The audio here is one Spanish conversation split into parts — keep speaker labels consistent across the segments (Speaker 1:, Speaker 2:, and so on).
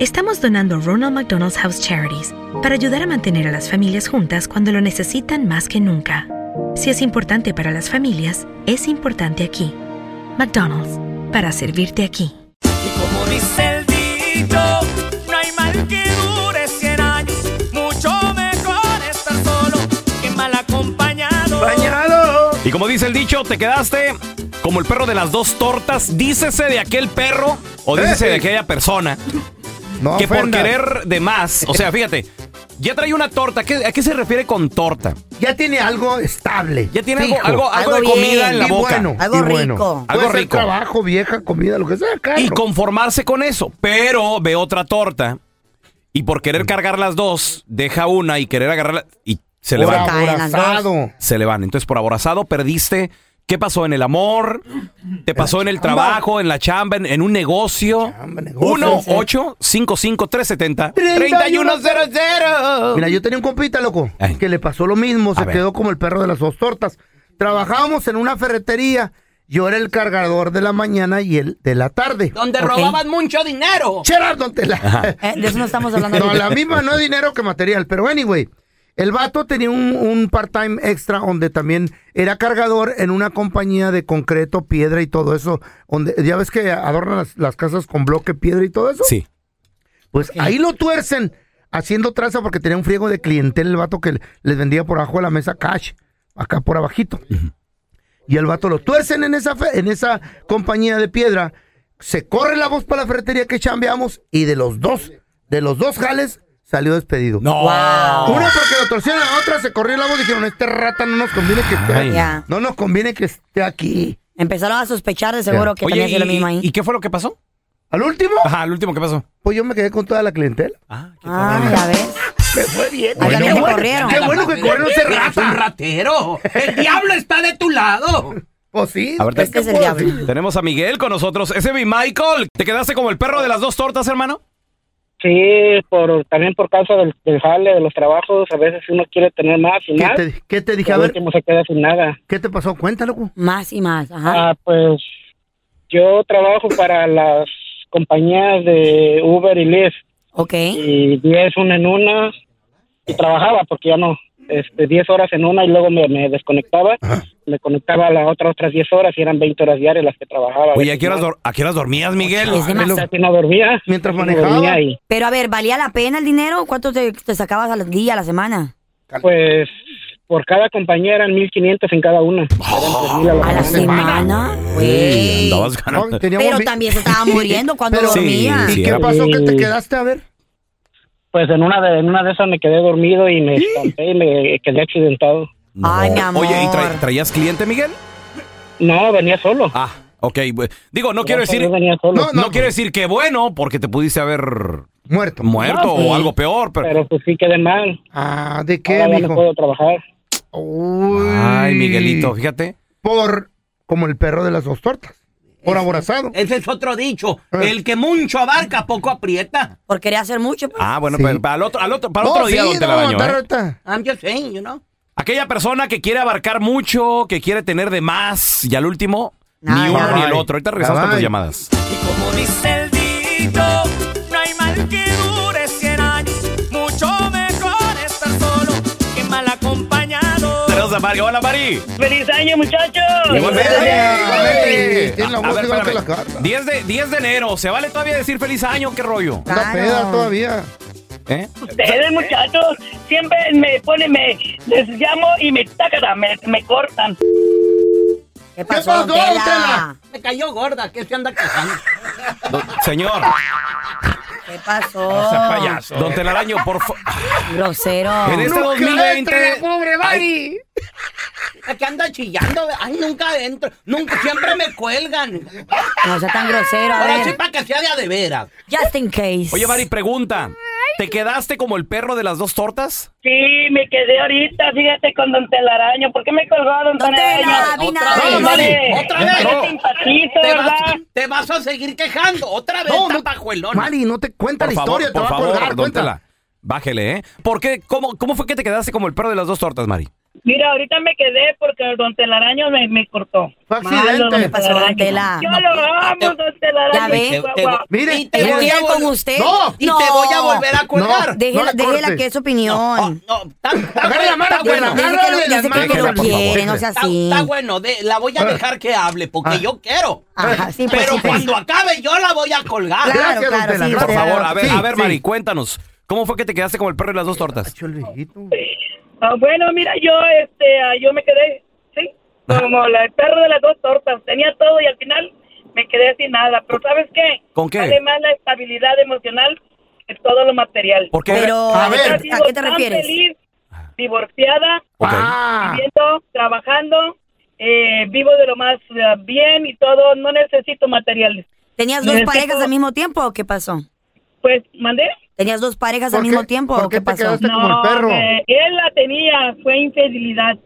Speaker 1: Estamos donando Ronald McDonald's House Charities para ayudar a mantener a las familias juntas cuando lo necesitan más que nunca. Si es importante para las familias, es importante aquí. McDonald's, para servirte aquí.
Speaker 2: Y como dice el dicho, no hay mal que dure 100 años. Mucho mejor estar solo que mal acompañado.
Speaker 3: Y como dice el dicho, te quedaste como el perro de las dos tortas. Dícese de aquel perro o dícese de aquella persona
Speaker 4: Eh. No
Speaker 3: que por
Speaker 4: ofendas.
Speaker 3: querer de más. O sea, fíjate, ya trae una torta. ¿Qué- ¿A qué se refiere con torta?
Speaker 4: Ya tiene algo estable.
Speaker 3: Ya tiene
Speaker 4: fijo.
Speaker 3: algo, algo, algo de
Speaker 5: Algo bien.
Speaker 3: comida en la
Speaker 4: Y
Speaker 3: boca.
Speaker 4: bueno,
Speaker 5: Algo
Speaker 4: y bueno.
Speaker 5: rico.
Speaker 3: Algo
Speaker 4: Puede ser
Speaker 3: rico.
Speaker 4: trabajo, vieja, comida, lo que sea, carro.
Speaker 3: y conformarse con eso. Pero ve otra torta y por querer cargar las dos, deja una y querer agarrarla y se le
Speaker 4: Por
Speaker 3: van.
Speaker 5: caen las dos.
Speaker 4: abrazado.
Speaker 3: Se le van. Entonces, por aborazado, perdiste. ¿Qué pasó en el amor? ¿Te pasó en el trabajo, en la chamba, en, en un negocio?
Speaker 4: Chamba, negocio,
Speaker 3: 1
Speaker 4: sí.
Speaker 3: 8 55 370
Speaker 4: Mira, yo tenía un compita, loco,
Speaker 3: Ey.
Speaker 4: que le pasó lo mismo,
Speaker 3: A
Speaker 4: se
Speaker 3: ver.
Speaker 4: quedó como el perro de las dos tortas. Trabajábamos en una ferretería, yo era el cargador de la mañana y el de la tarde.
Speaker 6: Donde
Speaker 5: Ok.
Speaker 6: robaban mucho dinero.
Speaker 4: Cherar, don Tela.
Speaker 5: Eh, de eso no estamos hablando.
Speaker 4: No,
Speaker 5: ahorita.
Speaker 4: la misma no es dinero que material, pero anyway. El vato tenía un, un part-time extra donde también era cargador en una compañía de concreto, piedra y todo eso. Donde, ya ves que adornan las, las casas con bloque, piedra y todo eso.
Speaker 3: Sí.
Speaker 4: Pues ahí lo tuercen haciendo traza porque tenía un friego de clientela el vato que les vendía por abajo de la mesa cash, acá por abajito. Y el vato lo tuercen en esa, fe- en esa compañía de piedra. Se corre la voz para la ferretería que chambeamos y de los dos, de los dos jales, salió despedido.
Speaker 3: No.
Speaker 4: Uno porque lo torcieron, la otra se corrió la voz y dijeron, este rata no nos conviene que esté
Speaker 3: Ay.
Speaker 5: Ya.
Speaker 4: No nos conviene que esté aquí.
Speaker 5: Empezaron a sospechar de seguro que
Speaker 3: Oye,
Speaker 5: también
Speaker 3: y,
Speaker 5: hacía lo mismo ahí.
Speaker 3: y- ¿y qué fue lo que pasó?
Speaker 4: Al último,
Speaker 3: Ajá, el último que pasó.
Speaker 4: pues yo me quedé con toda la clientela.
Speaker 3: Ah, qué
Speaker 5: ah, ya ves.
Speaker 4: Me fue bien.
Speaker 5: Ay, también
Speaker 4: Qué
Speaker 5: te
Speaker 4: bueno-
Speaker 5: corrieron.
Speaker 4: Qué bueno que corrieron ese
Speaker 6: Eres
Speaker 4: rata.
Speaker 6: un ratero. El diablo está de tu lado.
Speaker 4: Pues sí.
Speaker 3: A ver, te-
Speaker 5: Este es el
Speaker 4: puedo
Speaker 5: diablo.
Speaker 4: decir?
Speaker 3: Tenemos a Miguel con nosotros. Ese mi Michael. ¿Te quedaste como el perro de las dos tortas, hermano?
Speaker 7: Sí, por, también por causa del, del jale, de los trabajos, a veces uno quiere tener más y
Speaker 4: ¿Qué
Speaker 7: más,
Speaker 4: te, qué te
Speaker 7: y
Speaker 4: dije? A
Speaker 7: al
Speaker 4: ver,
Speaker 7: último se queda sin nada.
Speaker 4: ¿qué te pasó? Cuéntalo. cu.
Speaker 5: Más y más. Ajá.
Speaker 7: Ah, pues yo trabajo para las compañías de Uber y Lyft,
Speaker 5: Ok.
Speaker 7: y 10 una en una, y trabajaba porque ya no, este, 10 horas en una y luego me, me desconectaba, me conectaba a las otras otras 10 horas y eran 20 horas diarias las que trabajaba.
Speaker 3: Oye,
Speaker 7: A
Speaker 3: ¿a qué horas,
Speaker 7: veces
Speaker 3: dor- a qué horas dormías, Miguel?
Speaker 5: Es
Speaker 7: no,
Speaker 5: demasiado.
Speaker 7: Casi no dormía.
Speaker 4: Mientras
Speaker 7: casi no
Speaker 4: manejaba.
Speaker 7: dormía y-
Speaker 5: Pero a ver, ¿valía la pena el dinero? ¿Cuánto te, te sacabas al día, a la semana?
Speaker 7: Pues por cada compañía eran 1500 en cada una.
Speaker 3: Oh,
Speaker 7: Eran 3,000 a la
Speaker 5: ¿A la
Speaker 7: semana.
Speaker 5: semana?
Speaker 3: Sí,
Speaker 5: Güey.
Speaker 3: andabas ganando.
Speaker 4: No, tenía
Speaker 5: Pero
Speaker 4: bombi-
Speaker 5: también se estaba muriendo cuando
Speaker 4: Pero-
Speaker 5: dormía.
Speaker 4: ¿Y
Speaker 3: Sí,
Speaker 4: qué
Speaker 3: era-
Speaker 4: pasó que te quedaste? A ver.
Speaker 7: Pues en una de en una de esas me quedé dormido y me espanté y me quedé accidentado.
Speaker 3: No.
Speaker 5: Ay, mi amor.
Speaker 3: Oh, Oye, ¿y tra- traías cliente, Miguel?
Speaker 7: No, venía solo.
Speaker 3: Ah, ok. bu- Digo, no quiero
Speaker 7: Gracias a
Speaker 3: decir.
Speaker 7: Dios venía solo. pues.
Speaker 3: No, quiero decir que bueno, porque te pudiste haber
Speaker 4: Muerto.
Speaker 3: muerto
Speaker 7: No, sí.
Speaker 3: o algo peor, pero.
Speaker 7: Pero pues sí quedé mal.
Speaker 4: Ah, ¿de qué,
Speaker 7: Ahora ya no
Speaker 4: mijo?
Speaker 7: puedo trabajar.
Speaker 4: Uy.
Speaker 3: Ay, Miguelito, fíjate.
Speaker 4: Por como el perro de las dos tortas. Por aborazado. Eh.
Speaker 6: Ese es otro dicho. El que mucho abarca, poco aprieta.
Speaker 5: Por querer hacer mucho, pues.
Speaker 3: Ah, bueno,
Speaker 4: Sí.
Speaker 3: pero para el otro, al otro, para otro
Speaker 4: No,
Speaker 3: día,
Speaker 4: Oh, sí,
Speaker 3: don
Speaker 4: no,
Speaker 3: Telaraño,
Speaker 4: está
Speaker 3: ¿eh?
Speaker 4: recta.
Speaker 6: I'm just saying, you know.
Speaker 3: Aquella persona que quiere abarcar mucho, que quiere tener de más, y al último, ni
Speaker 5: Ay,
Speaker 3: uno ni
Speaker 4: ay.
Speaker 3: el otro. Ahorita regresamos con tus
Speaker 4: Ay.
Speaker 3: llamadas.
Speaker 2: Y como dice el dicho, no hay mal que dure 100 años. Mucho mejor estar solo que mal acompañado.
Speaker 3: Saludos a Mari. Hola, Mari.
Speaker 7: ¡Feliz año, muchachos!
Speaker 4: Igualmente. Tiene la
Speaker 3: A- a
Speaker 4: voz
Speaker 3: ver,
Speaker 4: igual que
Speaker 3: espérame.
Speaker 4: la cara.
Speaker 3: 10 de, 10 de enero. ¿Se vale todavía decir feliz año? ¿Qué rollo?
Speaker 4: Una
Speaker 5: Claro.
Speaker 4: peda todavía.
Speaker 3: ¿Eh?
Speaker 7: Ustedes, muchachos, siempre me ponen, me, les llamo y me tacan, me, me cortan.
Speaker 5: ¿Qué pasó,
Speaker 4: pasó,
Speaker 5: Tela?
Speaker 4: Tela?
Speaker 6: Me cayó gorda, que se anda quejando.
Speaker 3: Do- señor,
Speaker 5: ¿Qué pasó?
Speaker 3: don Telaraño, por favor.
Speaker 5: Grosero.
Speaker 3: En este
Speaker 4: Nunca
Speaker 3: 2020.
Speaker 4: entra la pobre Mari.
Speaker 6: Es que anda chillando. Ay, nunca entro. Nunca, siempre me cuelgan.
Speaker 5: No sea tan grosero, a
Speaker 6: Ahora sí,
Speaker 5: ver.
Speaker 6: para que sea de a de veras.
Speaker 5: Just in case.
Speaker 3: Oye, Mari, pregunta. ¿Te quedaste como el perro de las dos tortas?
Speaker 7: Sí, me quedé ahorita, fíjate, con Don Telaraño. ¿Por qué me colgó Don
Speaker 5: Don Tela,
Speaker 7: Telaraño?
Speaker 5: vi
Speaker 6: Otra
Speaker 5: nada.
Speaker 6: vez,
Speaker 7: No, vale.
Speaker 6: Otra vez.
Speaker 7: Yo te empatizo,
Speaker 6: Te vas,
Speaker 7: ¿verdad?
Speaker 6: te vas a seguir quejando. Otra vez,
Speaker 4: No, no,
Speaker 6: tapajuelona.
Speaker 4: Mari, no te cuenta
Speaker 3: Por
Speaker 4: la
Speaker 3: favor,
Speaker 4: historia, te
Speaker 3: por
Speaker 4: va a
Speaker 3: favor,
Speaker 4: colgar,
Speaker 3: don
Speaker 4: cuéntala.
Speaker 3: Tela. Bájele, ¿eh? ¿Por qué? ¿Cómo, ¿Cómo fue que te quedaste como el perro de las dos tortas, Mari?
Speaker 7: Mira, ahorita me quedé porque Don Telaraño me, me cortó.
Speaker 4: Fue
Speaker 7: Malo,
Speaker 4: accidente.
Speaker 7: don
Speaker 4: ¿Qué
Speaker 5: pasó, don Tela?
Speaker 7: Yo lo amo, Don Telaraño.
Speaker 5: Ya ve.
Speaker 7: chihuahua.
Speaker 6: Te- te-
Speaker 4: Mire,
Speaker 6: y
Speaker 5: ¿Ella
Speaker 6: voy a
Speaker 5: quiere con
Speaker 6: vol-
Speaker 5: usted?
Speaker 4: No,
Speaker 6: Y te voy a volver a colgar.
Speaker 4: No
Speaker 5: Déjela,
Speaker 4: la
Speaker 5: déjela
Speaker 4: cortes.
Speaker 5: que es su
Speaker 6: No,
Speaker 5: opinión.
Speaker 6: no, está, está
Speaker 4: Agarra la
Speaker 6: bueno,
Speaker 4: mano,
Speaker 6: está
Speaker 4: güey,
Speaker 6: bueno.
Speaker 5: Desde que lo-
Speaker 4: Agárrale
Speaker 5: ya sé
Speaker 4: las
Speaker 5: que lo
Speaker 3: manos, por
Speaker 5: quiere,
Speaker 3: favor.
Speaker 5: no sea
Speaker 6: Está,
Speaker 5: así.
Speaker 6: está bueno, de- la voy a dejar que hable porque
Speaker 4: Ah.
Speaker 6: yo quiero.
Speaker 5: Ajá, sí, pues,
Speaker 6: Pero
Speaker 5: sí, pues.
Speaker 6: cuando acabe yo la voy a colgar.
Speaker 5: Claro,
Speaker 4: Gracias, don
Speaker 5: claro,
Speaker 4: Tela,
Speaker 5: sí,
Speaker 4: gracias.
Speaker 3: Por
Speaker 5: Tela.
Speaker 3: favor, a ver,
Speaker 4: Sí,
Speaker 3: a ver,
Speaker 4: sí.
Speaker 3: Mari, cuéntanos. ¿Cómo fue que te quedaste como el perro de las dos tortas?
Speaker 4: Cacho el viejito.
Speaker 7: Ah, bueno, mira, yo, este, ah, yo me quedé, sí, como la- el perro de las dos tortas. Tenía todo y al final me quedé sin nada. Pero ¿sabes qué?
Speaker 3: ¿Con qué?
Speaker 7: Además, la estabilidad emocional que todo lo material.
Speaker 3: ¿Por qué? Ah.
Speaker 5: Pero,
Speaker 4: A
Speaker 5: a
Speaker 4: ver.
Speaker 7: He
Speaker 5: ver,
Speaker 7: sido
Speaker 5: ¿a qué te
Speaker 7: tan
Speaker 5: refieres?
Speaker 7: feliz, divorciada,
Speaker 3: Ok.
Speaker 4: Ah,
Speaker 7: viviendo, trabajando, eh, vivo de lo más eh, bien y todo. No necesito materiales.
Speaker 5: ¿Tenías dos
Speaker 7: Me
Speaker 5: parejas
Speaker 7: siento-
Speaker 5: al mismo tiempo o qué pasó?
Speaker 7: Pues, ¿mandé?
Speaker 5: ¿Tenías dos parejas
Speaker 4: ¿Por
Speaker 5: al
Speaker 4: qué-
Speaker 5: mismo tiempo
Speaker 4: por
Speaker 5: o
Speaker 4: qué
Speaker 5: qué
Speaker 4: te
Speaker 5: pasó?
Speaker 4: quedaste- Como el perro.
Speaker 7: eh, él la tenía, fue infidelidad.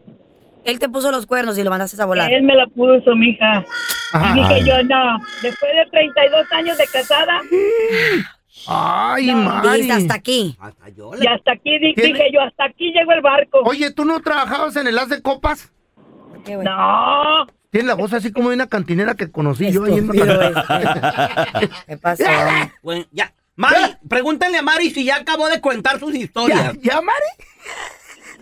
Speaker 5: Él te puso los cuernos y lo mandaste a volar.
Speaker 7: Él me la puso, mija.
Speaker 4: Ajá.
Speaker 7: Y dije yo, no. Después de 32 años de casada,
Speaker 4: Ay, Mari.
Speaker 5: Dijiste hasta aquí.
Speaker 6: Hasta yo
Speaker 7: y
Speaker 6: le-
Speaker 7: hasta aquí, di-
Speaker 4: ¿Tiene-
Speaker 7: dije yo, hasta aquí llegó el barco.
Speaker 4: Oye, ¿tú no trabajabas en el As de Copas?
Speaker 5: Qué bueno.
Speaker 7: No.
Speaker 4: Tienes la voz así como de una cantinera que conocí yo ahí en
Speaker 5: Estúpido este. ¿Qué pasó?
Speaker 6: Bueno, ya. Mari, pregúntale a Mari si ya acabó de contar sus
Speaker 4: ¿Ya,
Speaker 6: historias.
Speaker 4: ya, Mari?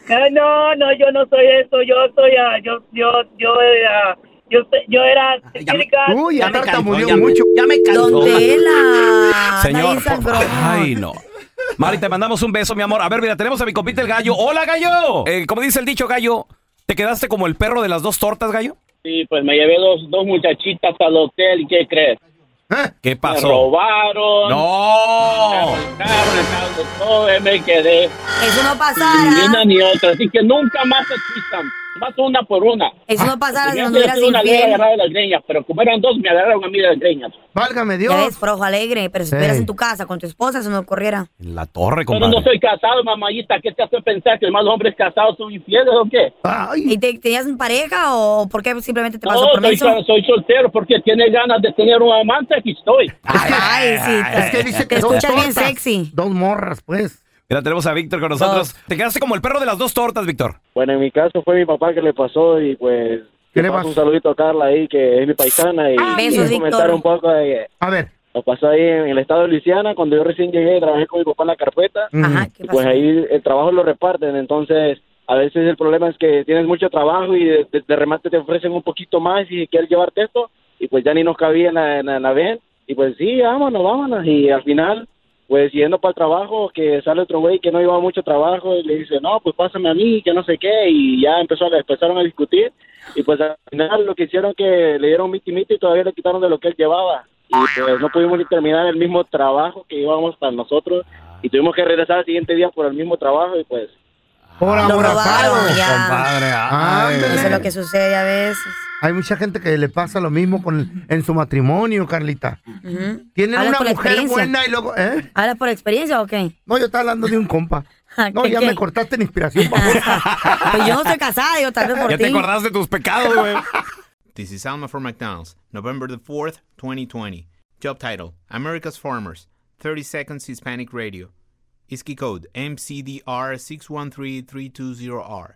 Speaker 7: Ah, No, no, yo no soy eso. Yo soy, ah, yo, yo, yo, era- yo, soy- yo era
Speaker 6: ya me-
Speaker 7: cívica.
Speaker 4: Uy, ya
Speaker 6: me cansó,
Speaker 4: tartamudeó
Speaker 6: ya me-
Speaker 4: mucho.
Speaker 6: Ya me cansó.
Speaker 5: Don
Speaker 4: Ah,
Speaker 5: Tela.
Speaker 3: Señor,
Speaker 5: Nadie sangró.
Speaker 3: por- ay, no. Mari, te mandamos un beso, mi amor. A ver, mira, tenemos a mi compita el gallo. ¡Hola, gallo! Eh, como dice el dicho, gallo, ¿te quedaste como el perro de las dos tortas, gallo?
Speaker 7: Sí, pues me llevé dos, dos muchachitas al hotel. ¿Qué crees?
Speaker 4: ¿Eh?
Speaker 3: ¿Qué pasó?
Speaker 7: robaron.
Speaker 3: ¡No!
Speaker 7: eh, me quedé.
Speaker 5: Eso no
Speaker 7: ni
Speaker 5: pasara.
Speaker 7: una ni otra. Así que nunca más se chistan. Más una por una.
Speaker 5: Eso no pasara si
Speaker 7: Tenía
Speaker 5: no
Speaker 7: que
Speaker 5: hubieras
Speaker 7: hacer una ley
Speaker 5: infiel.
Speaker 7: agarrada de las greñas, pero como eran dos, me agarraron a mí de las greñas.
Speaker 4: Válgame Dios.
Speaker 5: Ya es frojo alegre, pero si
Speaker 4: Sí.
Speaker 5: estuvieras en tu casa con tu esposa, eso no ocurriera.
Speaker 3: En la torre,
Speaker 7: Pero no
Speaker 3: compadre.
Speaker 7: soy casado, mamayita. ¿Qué te hace pensar que los hombres casados son infieles o qué?
Speaker 4: Ay,
Speaker 5: ¿Y te, tenías pareja o por qué simplemente te
Speaker 7: No,
Speaker 5: pasó por
Speaker 7: soy,
Speaker 5: menso?
Speaker 7: ca- soy soltero porque tiene ganas de tener un amante. Aquí estoy.
Speaker 5: Ay, sí.
Speaker 4: es que dice que ¿eh?
Speaker 5: te
Speaker 4: dos
Speaker 5: escuchas bien
Speaker 4: tortas,
Speaker 5: sexy.
Speaker 4: Dos morras, pues.
Speaker 3: Mira, tenemos a Víctor con nosotros. Te quedaste como el perro de las dos tortas, Víctor.
Speaker 7: Bueno, en mi caso fue mi papá que le pasó y pues...
Speaker 4: ¿Qué le le paso pasó? un
Speaker 7: saludito a Carla ahí, que es mi paisana. Y
Speaker 5: Besos, Víctor.
Speaker 7: un poco de...
Speaker 4: A ver.
Speaker 7: Lo pasó ahí en el estado de Luisiana, cuando yo recién llegué, trabajé con mi papá en la carpeta.
Speaker 5: Ajá,
Speaker 4: Mm.
Speaker 5: ¿qué
Speaker 7: Y pues
Speaker 5: pasó?
Speaker 7: ahí el trabajo lo reparten, entonces a veces el problema es que tienes mucho trabajo y de, de- de remate te ofrecen un poquito más y quieres llevarte esto y pues ya ni nos cabía en la, en la- en la van. y pues sí, vámonos, vámonos y al final pues yendo para el trabajo que sale otro güey que no llevaba mucho trabajo y le dice no, pues pásame a mí, que no sé qué y ya empezó a, empezaron a discutir y pues al final lo que hicieron que le dieron miti miti y todavía le quitaron de lo que él llevaba y pues no pudimos ni terminar el mismo trabajo que llevábamos para nosotros y tuvimos que regresar al siguiente día por el mismo trabajo y pues
Speaker 4: Por
Speaker 5: Lo
Speaker 4: abrazado.
Speaker 5: robaron, ya.
Speaker 3: Compadre,
Speaker 4: Ándale.
Speaker 5: Eso es lo que sucede a veces.
Speaker 4: Hay mucha gente que le pasa lo mismo con en su matrimonio, Carlita.
Speaker 5: Ujú.
Speaker 4: Tienen
Speaker 5: Hablas por
Speaker 4: una mujer
Speaker 5: experiencia.
Speaker 4: buena y luego, ¿eh?
Speaker 5: ¿Hablas por experiencia o qué?
Speaker 4: No, yo estaba hablando de un compa.
Speaker 5: Ah,
Speaker 4: No,
Speaker 5: ¿qué,
Speaker 4: ya
Speaker 5: qué?
Speaker 4: me cortaste la inspiración. babosa.
Speaker 5: Pues yo no estoy casada, yo tal vez por
Speaker 3: Ya
Speaker 5: ti.
Speaker 3: te acordaste de tus pecados, güey.
Speaker 8: This is Alma from McDonald's, November the 4th, 2020. Job title America's Farmers, 30 Seconds Hispanic Radio. ISKI code MCDR613320R.